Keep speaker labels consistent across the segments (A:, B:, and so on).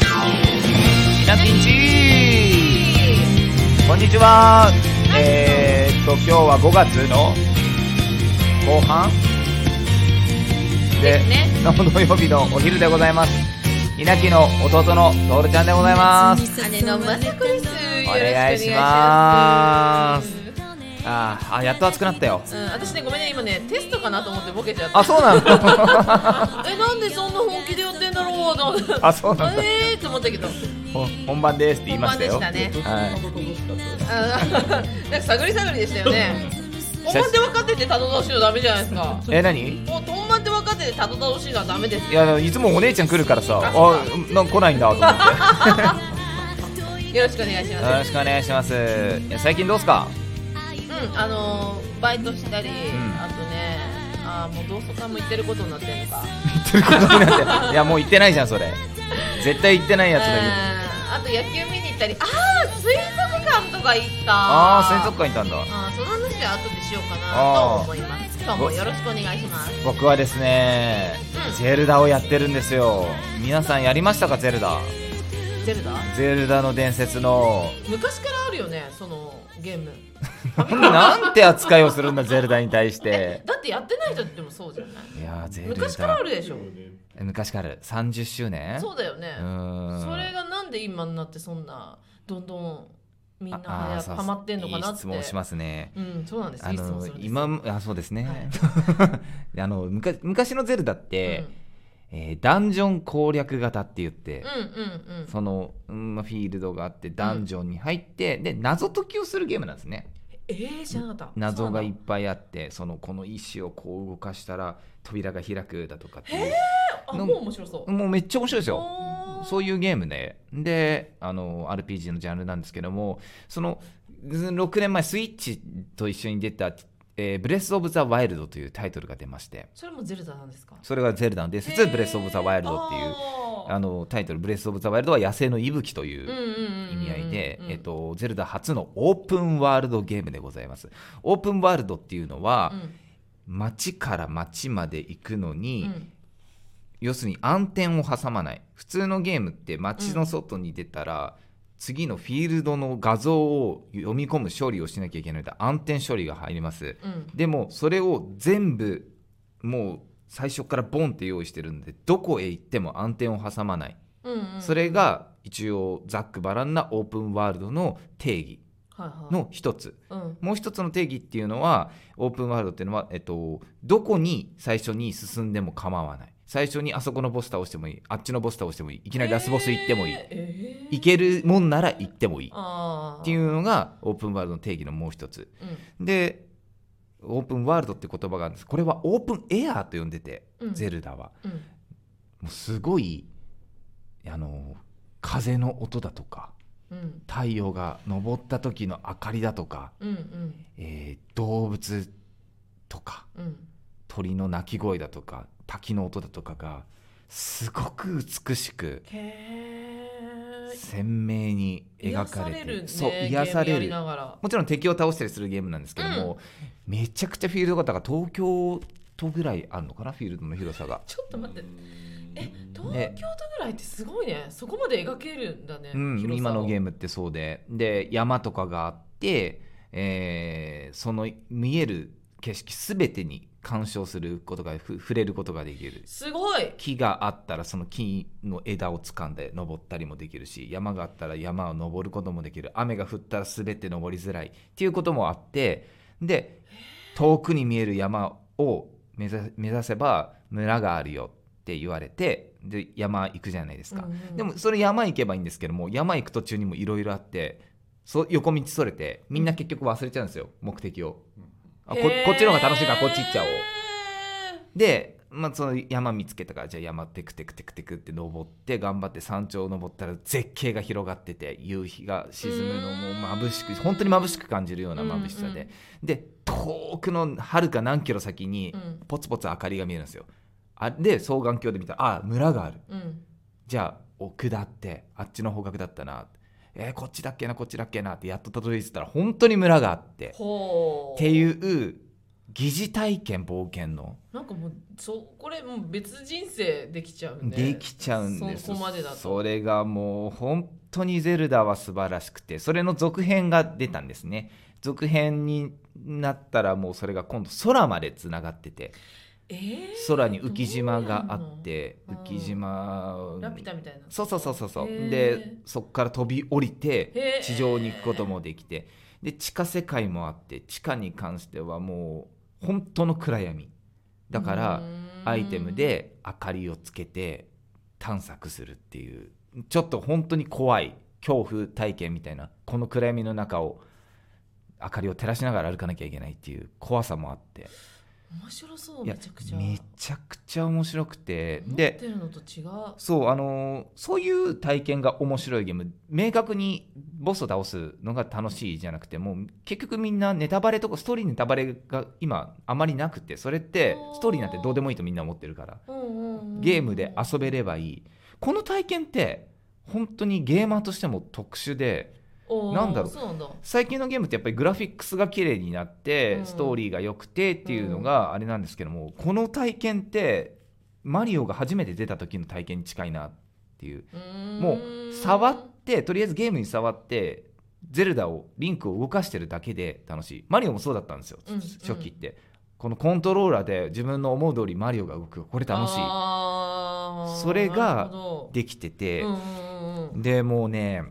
A: 北ピンチこんにちはえー、っと今日は5月の後半
B: ですね
A: の土曜日のお昼でございます稲木の弟のトールちゃんでございます
B: 姉のまさこです。
A: お願いしますあーあやっと暑くなったよ
B: す。うん、私ね、ごめんね、今ね、テストかなと思ってボケちゃった。
A: あそうなの
B: え、なんでそんな本気でやってんだろうと思って。
A: あそうなんだ
B: えーって思ったけど。
A: ほ本番ですって言いましたよ
B: 本番で
A: は
B: し
A: い、
B: あ なんか探り探りでしたよね。本番って分かっててたどたどしいのダメじゃないですか。
A: え何
B: もう本番って分かっててたどたどしいのはダメです。
A: いやいつもお姉ちゃん来るからさあなんか来ないんだと思って
B: よろしくお願いし
A: よ
B: ま
A: ろしくお願いしますいや最近どうすか
B: す。うん、あのー、バイトしたり、
A: ん
B: あとね、あーもう同窓会も行ってることになってるのか。
A: 言ってることになっていやもう言ってないじゃんそれ絶対言ってないやつだけど
B: うんあと野球見に行ったりああ水族館とか行った
A: ああー水族館いたんだ
B: あーその話は後でしようか
A: あー
B: なと思います今日もよろしくお願いします
A: 僕はですね
B: うん
A: ゼルダをやってるんですよ皆さんやりましたかゼルダ
B: ゼルダ
A: ゼルダの伝説の
B: 昔からあるよねそのゲーム
A: なんて扱いをするん だゼルダに対して
B: だってやってない人でもそうじゃない
A: いやーゼルダ
B: 昔からあるでしょ
A: 昔からある30周年
B: そうだよね
A: うーん
B: それがなんで今になってそんなどんどんみんな
A: ああーそう
B: ハマってんのかなって
A: いい質問しますね
B: うんそうなんです
A: あ
B: いい質問
A: の
B: するんです
A: 今もあそうですね、 あの昔昔のゼルダって、えーダンジョン攻略型って言って
B: うん、うんうんうん
A: その、うんまあフィールドがあってダンジョンに入って、で謎解きをするゲームなんですね
B: えー、知らなかった
A: 謎がい
B: い
A: っぱいあってそのこの石をこう動かしたら扉が開くだとかっていう、
B: あもう面白そう
A: もうめっちゃ面白いですよ
B: おー
A: そういうゲームでであの RPG のジャンルなんですけどもその6年前スイッチと一緒に出た「えブレス・オブ・ザ・ワイルド」というタイトルが出まして
B: それもゼルダなんですか
A: それがゼルダの伝説「ブレス・オブ・ザ・ワイルド」っていうあ
B: の
A: のタイトル「ブレス・オブ・ザ・ワイルド」は野生の息吹という意味合いで、えっと、ゼルダ初のオープンワールドゲームでございますオープンワールドっていうのは、街から街まで行くのに、要するに暗転を挟まない普通のゲームって街の外に出たら、次のフィールドの画像を読み込む処理をしなきゃいけないので暗転処理が入りますでもそれを全部もう最初からボンって用意してるんでどこへ行っても暗転を挟まないそれが一応ざっくばらんなオープンワールドの定義の一つもう一つの定義っていうのはオープンワールドっていうのは、えっと、どこに最初に進んでも構わない最初にあそこのボス倒してもいいあっちのボス倒してもいいいきなりラスボス行ってもいい、行けるもんなら行ってもいいっ
B: って
A: いうのがオープンワールドの定義のもう一つでオープンワールドって言葉があるんですこれはオープンエアーと呼んでて、ゼ
B: ル
A: ルダはもうすごいあの風の音だとか太陽が昇った時の明かりだとか、えー動物とか鳥の鳴き声だとか滝の音だとかがすごく美しく鮮明に描かれてそう癒されるもちろん敵を倒したりするゲームなんですけども、めちゃくちゃフィールドがだから東京都ぐらいあるのかなフィールドの広さが。
B: ちょっと待ってえ東京都ぐらいってすごいねそこまで描けるんだね
A: うん、今のゲー
B: ム
A: ムってそうでで山とかがあって、えーその見える景色すべてに干渉することがふ触れることができる
B: すごい
A: 木があったらその木の枝を掴んで登ったりもできるし山があったら山を登ることもできる雨が降ったら全て登りづらいっていうこともあってで遠くに見える山を目指目指せば村があるよって言われてで山行くじゃないですか、でもそれ山行けばいいんですけども山行く途中にもいろいろあってそ横道それてみんな結局忘れちゃうんですよ目的をあここっちの方が楽しいからこっち行っちゃおうで、まあ、その山見つけたからじゃあ山テクテクテクテクって登って頑張って山頂を登ったら絶景が広がってて夕日が沈むのも眩しく本当に眩しく感じるような眩しさで、
B: うんうん
A: で遠くのはるか何キロ先に
B: うん
A: ポツポツ明かりが見えるんですよあで双眼鏡で見たらあ村がある
B: うん
A: じゃあお下ってあっちの方角だったなえーこっちだっけなこっちだっけなってやっとたどり着いたら本当に村があって
B: ほう
A: っていう疑似体験冒険の
B: なんかもうそこれもう別人生できちゃうね
A: できちゃうんです
B: そこまでだと
A: それがもう本当に「ゼルダ」は素晴らしくてそれの続編が出たんですね続編になったらもうそれが今度空までつながってて
B: えー
A: 空に浮島があって
B: どうなんの
A: 浮島
B: ラピュタみたいな
A: そうそうそうそうそう
B: へー
A: でそこから飛び降り
B: へ
A: て
B: ー
A: 地上に行くこともできてで地下世界もあって地下に関してはもう本当の暗闇だから
B: うーん
A: アイテムで明かりをつけて探索するっていうちょっと本当に怖い恐怖体験みたいなこの暗闇の中を明かりを照らしながら歩かなきゃいけないっていう怖さもあって
B: 面白そう
A: いや
B: めちゃくちゃ
A: めちゃくちゃ面白くて
B: 思っ
A: で
B: てるのと違う
A: そうあのーそういう体験が面白いゲーム明確にボスを倒すのが楽しいじゃなくてもう結局みんなネタバレとかストーリーネタバレが今あまりなくてそれって
B: おー
A: ストーリーなんてどうでもいいとみんな思ってるから
B: うんうんうん
A: ゲームで遊べればいいこの体験って本当にゲーマーとしても特殊で
B: おー
A: なんだろう
B: そうなんだ
A: 最近のゲームってやっぱりグラフィックスが綺麗になって、
B: うん
A: ストーリーが良くてっていうのがあれなんですけども、この体験ってマリオが初めて出た時の体験に近いなっていうもう触ってとりあえずゲームに触ってゼルダをリンクを動かしてるだけで楽しいマリオもそうだったんですよ、
B: うん
A: 初期ってこのコントローラーで自分の思う通りマリオが動くこれ楽しい
B: い
A: それが
B: で
A: できてて、
B: うんうんうんうん
A: でもうね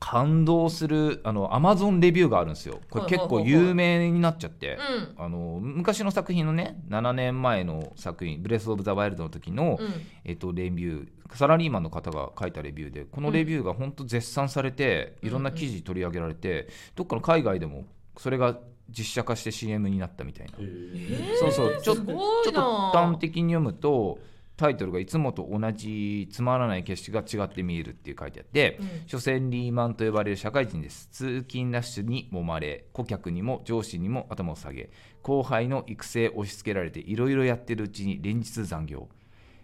A: 感動するあのアマゾンレビューがあるんですよこれ結構有名になっちゃって、
B: うん
A: あの昔の作品のね7年前の作品「ブレス・オブ・ザ・ワイルド」の時の、
B: うん
A: えっと、レビューサラリーマンの方が書いたレビューでこのレビューが本当絶賛されて、
B: うん
A: いろんな記事取り上げられて、どっかの海外でもそれが実写化して CM になったみたいな、
B: え
A: そうそうちょ
B: す
A: ちょ
B: ごい
A: っ
B: な
A: と端的に読むとタイトルがいつもと同じつまらない景色が違って見えるっていう書いてあって、
B: うん
A: 所詮リーマンと呼ばれる社会人です通勤ラッシュに揉まれ顧客にも上司にも頭を下げ後輩の育成を押し付けられていろいろやってるうちに連日残業、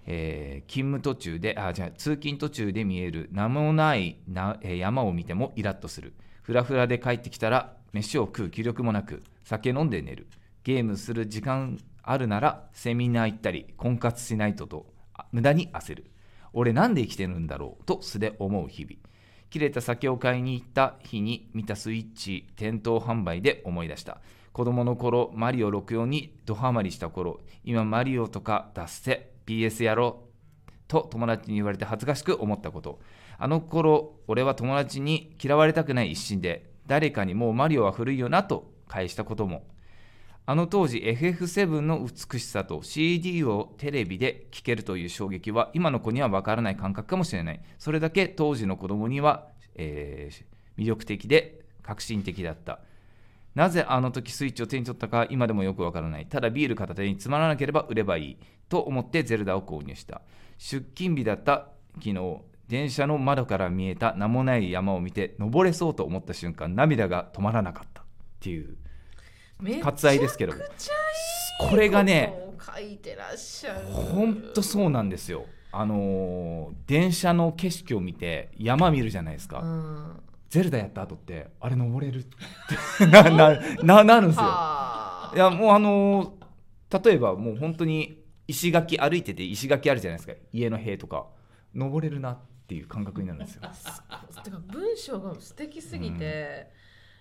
A: えー勤務途中であじゃあ通勤途中で見える名もないな、えー山を見てもイラッとするフラフラで帰ってきたら飯を食う気力もなく酒飲んで寝るゲームする時間あるならセミナー行ったり婚活しないととあ無駄に焦る俺なんで生きてるんだろうと素で思う日々切れた酒を買いに行った日に見たスイッチ店頭販売で思い出した子供の頃マリオ64にドハマりした頃今マリオとか出せ PS やろうと友達に言われて恥ずかしく思ったことあの頃俺は友達に嫌われたくない一心で誰かにもうマリオは古いよなと返したこともあの当時 FF7 の美しさと CD をテレビで聴けるという衝撃は今の子には分からない感覚かもしれないそれだけ当時の子供には、えー魅力的で革新的だったなぜあの時スイッチを手に取ったか今でもよくわからないただビール片手につまらなければ売ればいいと思ってゼルダを購入した出勤日だった昨日電車の窓から見えた名もない山を見て登れそうと思った瞬間涙が止まらなかったっていう割愛ですけども
B: めちゃくちゃ
A: これがね
B: いいことを書いてらっしゃる
A: ほんとそうなんですよあのー電車の景色を見て山見るじゃないですか、
B: うん
A: ゼルダやった後ってあれ登れるって ななななるんですよ
B: はい
A: やもうあのー例えばもう本当に石垣歩いてて石垣あるじゃないですか家の塀とか登れるなっていう感覚になるんですよ
B: てか文章が素敵すぎて、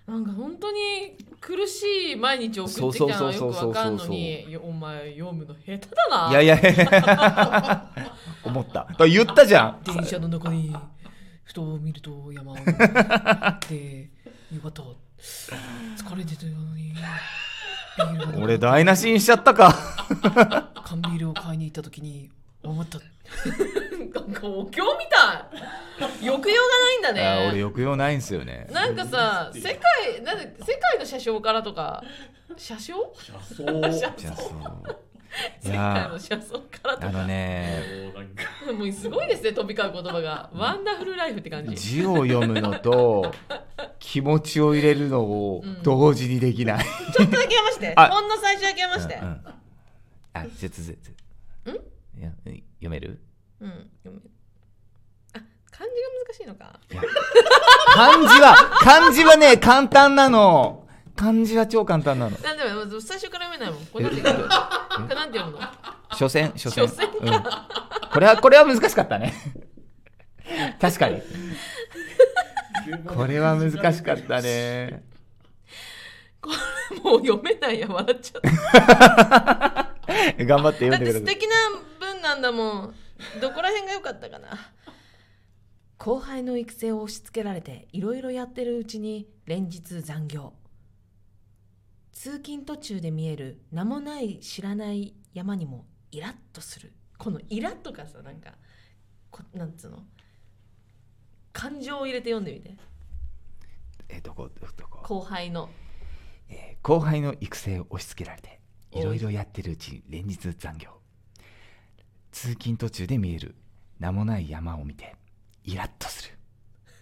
B: なんか本当に苦しい毎日送ってきたのはよくわかんのによお前読むの下手だない
A: やいや 思っただから言ったじゃん
B: 電車の中にふと見ると山を見て よかった疲れてたのにビールがな く
A: 俺台無しにしちゃったか
B: 缶ビールを買いに行った時に思ったなんかお経みたい抑揚がないんだ
A: いや俺
B: ね
A: 抑揚ないんですよね
B: なんかさ世界なんで世界の車掌からとか車掌
C: 車 窓
B: 車
A: じゃあそうい
B: 世界
A: や
B: の車掌からと
A: あの
B: か
A: ね
C: なんか
B: もうすごいですね飛び交う言葉がワンダフルライフって感じ
A: 字を読むのと気持ちを入れるのを
B: うん
A: 同時にできない、
B: ちょっとだけやまして
A: あ
B: ほんの最初だけやまして
A: うんうんあちょっとずついや読める
B: うん読めあ漢字が難しいのか
A: 漢字は、漢字はね、簡単なの。漢字は超簡単なの
B: なんでも最初から読めないもん。これなんて読むのこれなんて読むの
A: 所詮所詮
B: 所詮
A: うん、これはこれは難しかったね確 かにこれは難しかったね
B: これもう読めないや、笑っちゃった。
A: 頑張って読
B: だ
A: ん
B: っ
A: で
B: て
A: くだ
B: 素
A: さい
B: 敵な文なんだもん。どこら辺が良かったかな後輩の育成を押し付けられて、いろいろやってるうちに連日残業。通勤途中で見える名もない知らない山にもイラッとする。このイラッとかさ、なんか、こなんつうの感情を入れて読んでみて。
A: えどこどこ
B: 後輩の。
A: えー後輩の育成を押し付けられていろいろやってるうちに連日残業通勤途中で見える名もない山を見てイラッとする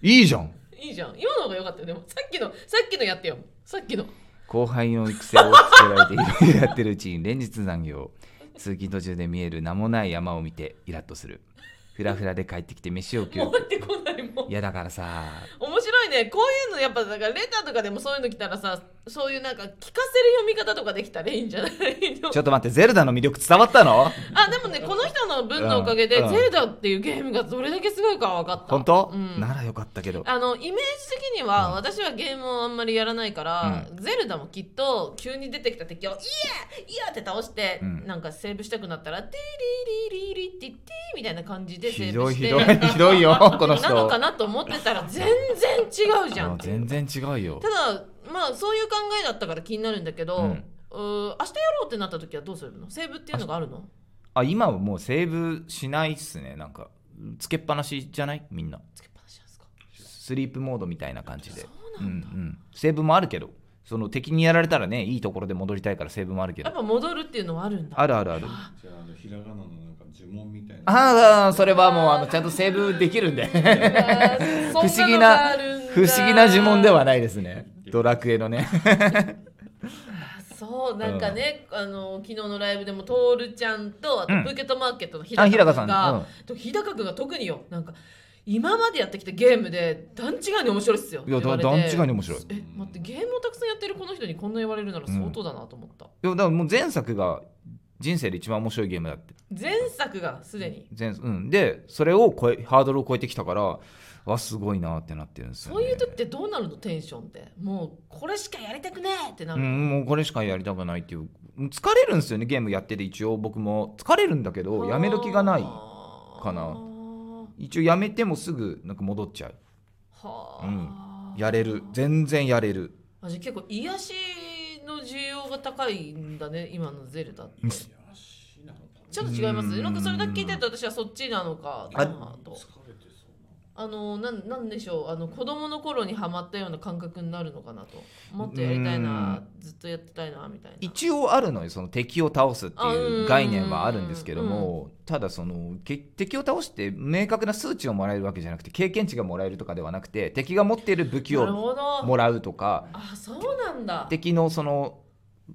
A: いいじゃん
B: いいじゃん。今の方が良かったよ。でもさっきの、さっきのやってよ。さっきの。
A: 後輩の育成を押し付けられていろいろやってるうちに連日残業通勤途中で見える名もない山を見てイラッとするふらふらで帰ってきて飯を食
B: も
A: う
B: う入ってこないもん
A: いやだからさ
B: 面白いねこういうのやっぱだからレターとかでもそういうの来たらさそういうなんか聞かせる読み方とかできたらいいんじゃないの
A: ちょっと待ってゼルダの魅力伝わったの
B: あでもねこの人の文のおかげで「
A: うん
B: ゼルダ」っていうゲームがどれだけすごいかは分かった
A: 本当、
B: うん
A: ならよかったけど
B: あのイメージ的には、私はゲームをあんまりやらないから、ゼルダもきっと急に出てきた敵を「いやいや!」って倒して、
A: うん
B: なんかセーブしたくなったら「ティリリリリティティ」みたいな感じで
A: ひ
B: セー
A: ど
B: ブ
A: い
B: し
A: ひ
B: て
A: どいひどいよこの人
B: なのかなと思ってたら全然違うじゃ
A: あ
B: ん
A: の全然違うよ
B: ただまあそういう考えだったから気になるんだけど、う
A: うん
B: ー明日やろうってなった時はどうするのセーブっていうのがあるの
A: あ今はもうセーブしないっすねなんかつけっぱなしじゃないみんな
B: つけっぱなしなんですか
A: スリープモードみたいな感じで
B: そうなんだ
A: うんうん、セーブもあるけどその敵にやられたらねいいところで戻りたいからセーブもあるけ
B: や
A: ど
B: っぱ戻るっていうのはあるんだ
A: あるあるある
C: じゃああのひらがなのなんか呪文みたいな
A: ああそれはもうあのちゃんとセーブできるんで
B: 不
A: 不思議な不思議な呪文ではないですねドラクエのね
B: そうなんかね、あの昨日のライブでもトールちゃんとあと
A: うん
B: プーケットマーケットの日
A: あ
B: 高
A: 日
B: 君
A: 高さん
B: が、
A: うん
B: と日高君が特によなんか今までやってきたゲームで段違いに面白いっすよ
A: いや
B: って言
A: だ
B: われ
A: 段違いに
B: て
A: 面白いい
B: え待ってゲームをたくさんやってるこの人にこんな言われるなら相当だなと思った、
A: やだからもう前作が人生で一番面白いゲームだって
B: 前作がすでに
A: 前うん、でそれを超えハードルを超えてきたからわすごいなってなってるんですよ、ね、
B: そういう時ってどうなるのテンションってもうこれしかやりたくねえってな
A: う
B: る、
A: ん、もうこれしかやりたくないっていう疲れるんですよねゲームやってて一応僕も疲れるんだけどやめる気がないかな
B: は
A: 一応やめてもすぐなんか戻っちゃう
B: あ、
A: やれる全然やれる
B: あじゃあ結構癒しの需要が高いんだね今のゼルダって
A: うん
C: よしなのかな
B: ちょっと違いま
A: う
B: す
A: ん
B: なんかそれだけ聞いてると私はそっちなのか
A: あ
B: なと
C: 疲れてそう
B: あのなんなんでしょうあの子供の頃にはまったような感覚になるのかなともっとやりたいなずっとやってたいなみたいな
A: 一応あるのよその敵を倒すって
B: あう
A: い
B: ん
A: う概念はあるんですけどもただそのけ敵を倒して明確な数値をもらえるわけじゃなくて経験値がもらえるとかではなくて敵が持っている武器
B: なる
A: を
B: ほど
A: もらうとか
B: あそうなんだ
A: 敵のその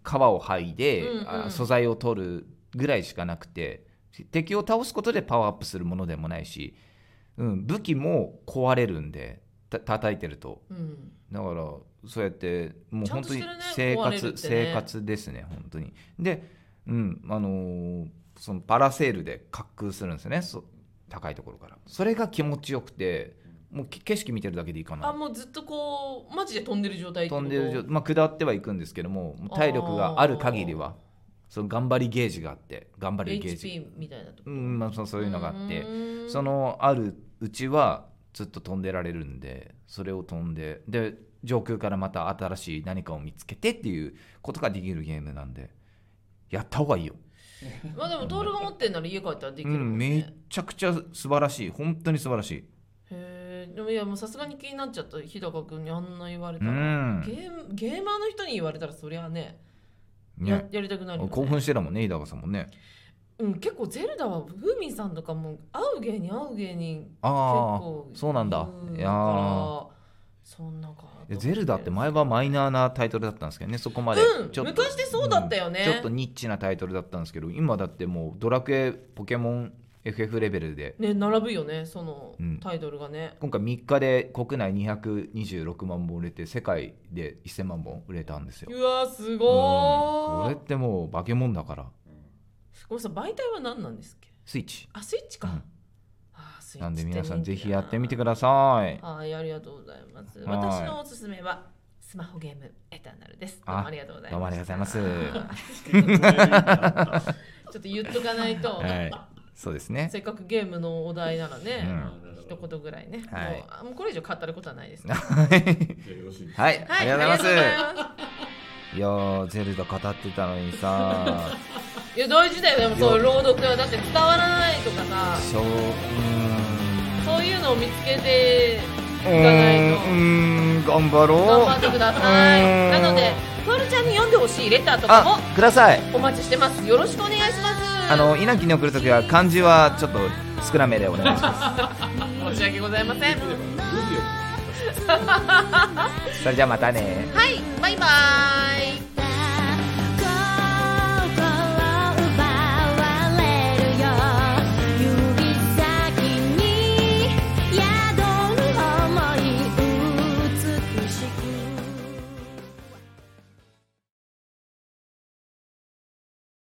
A: 皮を剥いで、
B: うんうん
A: あ素材を取るぐらいしかなくて敵を倒すことでパワーアップするものでもないし、うん、武器も壊れるんでた叩いてると
B: うん
A: だからそうやってもう本当に
B: ちゃんとして
A: 生
B: るね
A: 活、
B: 壊れるってね
A: 生活ですね本当にで、うんあのーそのパラセールで滑空するんですよねそ高いところからそれが気持ちよくてもうけ景色見てるだけでいいかな
B: あもうずっとこうマジで飛んでる状態ってこ
A: 飛
B: と
A: んでる状まあ下ってはいくんですけどももう体力がある限りはその頑張りゲージがあって頑張りゲージ、
B: HP みたいなとこ
A: うんまあ、そうそういうのがあって
B: て
A: そのあるうちはずっと飛んでられるんでそれを飛んでで上空からまた新しい何かを見つけてっていうことができるゲームなんでやった方がいいよ、
B: まあでもトールが持ってんなら家帰ったらでき
A: う
B: るも
A: ん、
B: ん
A: め
B: ね、
A: ちゃくちゃ素晴らしい本当に素晴らしい
B: へえでもいやもうさすがに気になっちゃった日高君にあんな言われた
A: う
B: ら、
A: ん
B: ゲ、ームゲーマーの人に言われたらそりゃねや
A: ね、
B: やりたくなるよ、ね
A: 興奮してたもんね日高さんもね
B: うん、結構ゼルダはフーミンさんとかも会う芸人会う芸人結
A: あ
B: 構
A: あそうなんだ
B: い
A: い
B: や
A: やー
B: そんなかと思っ
A: い
B: て
A: やゼルダって前はマイナーなタイトルだったんですけどねそこまで、
B: うん
A: ちょっと
B: 昔ってそうだったよね
A: うんちょっとニッチなタイトルだったんですけど今だってもうドラクエポケモン FF レベルで
B: ね並ぶよねその
A: うん
B: タイトルがね、
A: 今回3日で国内226万本売れて世界で1000万本売れたんですよ
B: うわーす
A: うん
B: ご
A: こ
B: ー
A: れ
B: い
A: ってもう化け物だから
B: これさ媒体は何なんですっけ
A: スイッチ
B: あスイッチか、
A: うん
B: あースイッチ
A: なんで皆さんぜひやってみてく
B: だ
A: ださい
B: さいはいありがとうございます
A: はい
B: 私のおすすめはスマホゲームエターナルですどうもありがとうございます
A: どうもありがとうございま
B: ちょっと言っとかないと、
A: はいそうですね
B: せっかくゲームのお題ならね、
C: うん
B: 一言ぐらいね、
A: はい
B: もうあもうこれ以上語ることはないです、
C: じゃあよろしいですか
A: はい、 ありがとうござい
B: ありがとうございま
A: ますいやーゼルダ語ってたのにさ
B: すいや大事だよでもそういう朗読はだって伝わらないとかさ
A: しょううーん
B: そういうのを見つけて
A: う
B: いかないと
A: ーんうーん頑張ろう
B: 頑張ってくださ
A: う
B: い
A: ん
B: なのでトールちゃんに読んでほしいレターとか
A: あ
B: も
A: ください
B: お待ちしてますよろしくお願いします
A: あの稲城に送るときは漢字はちょっと少なめでお願いしま
B: 申し訳ございませんは
A: すそれじゃあまたね
B: いバイバイ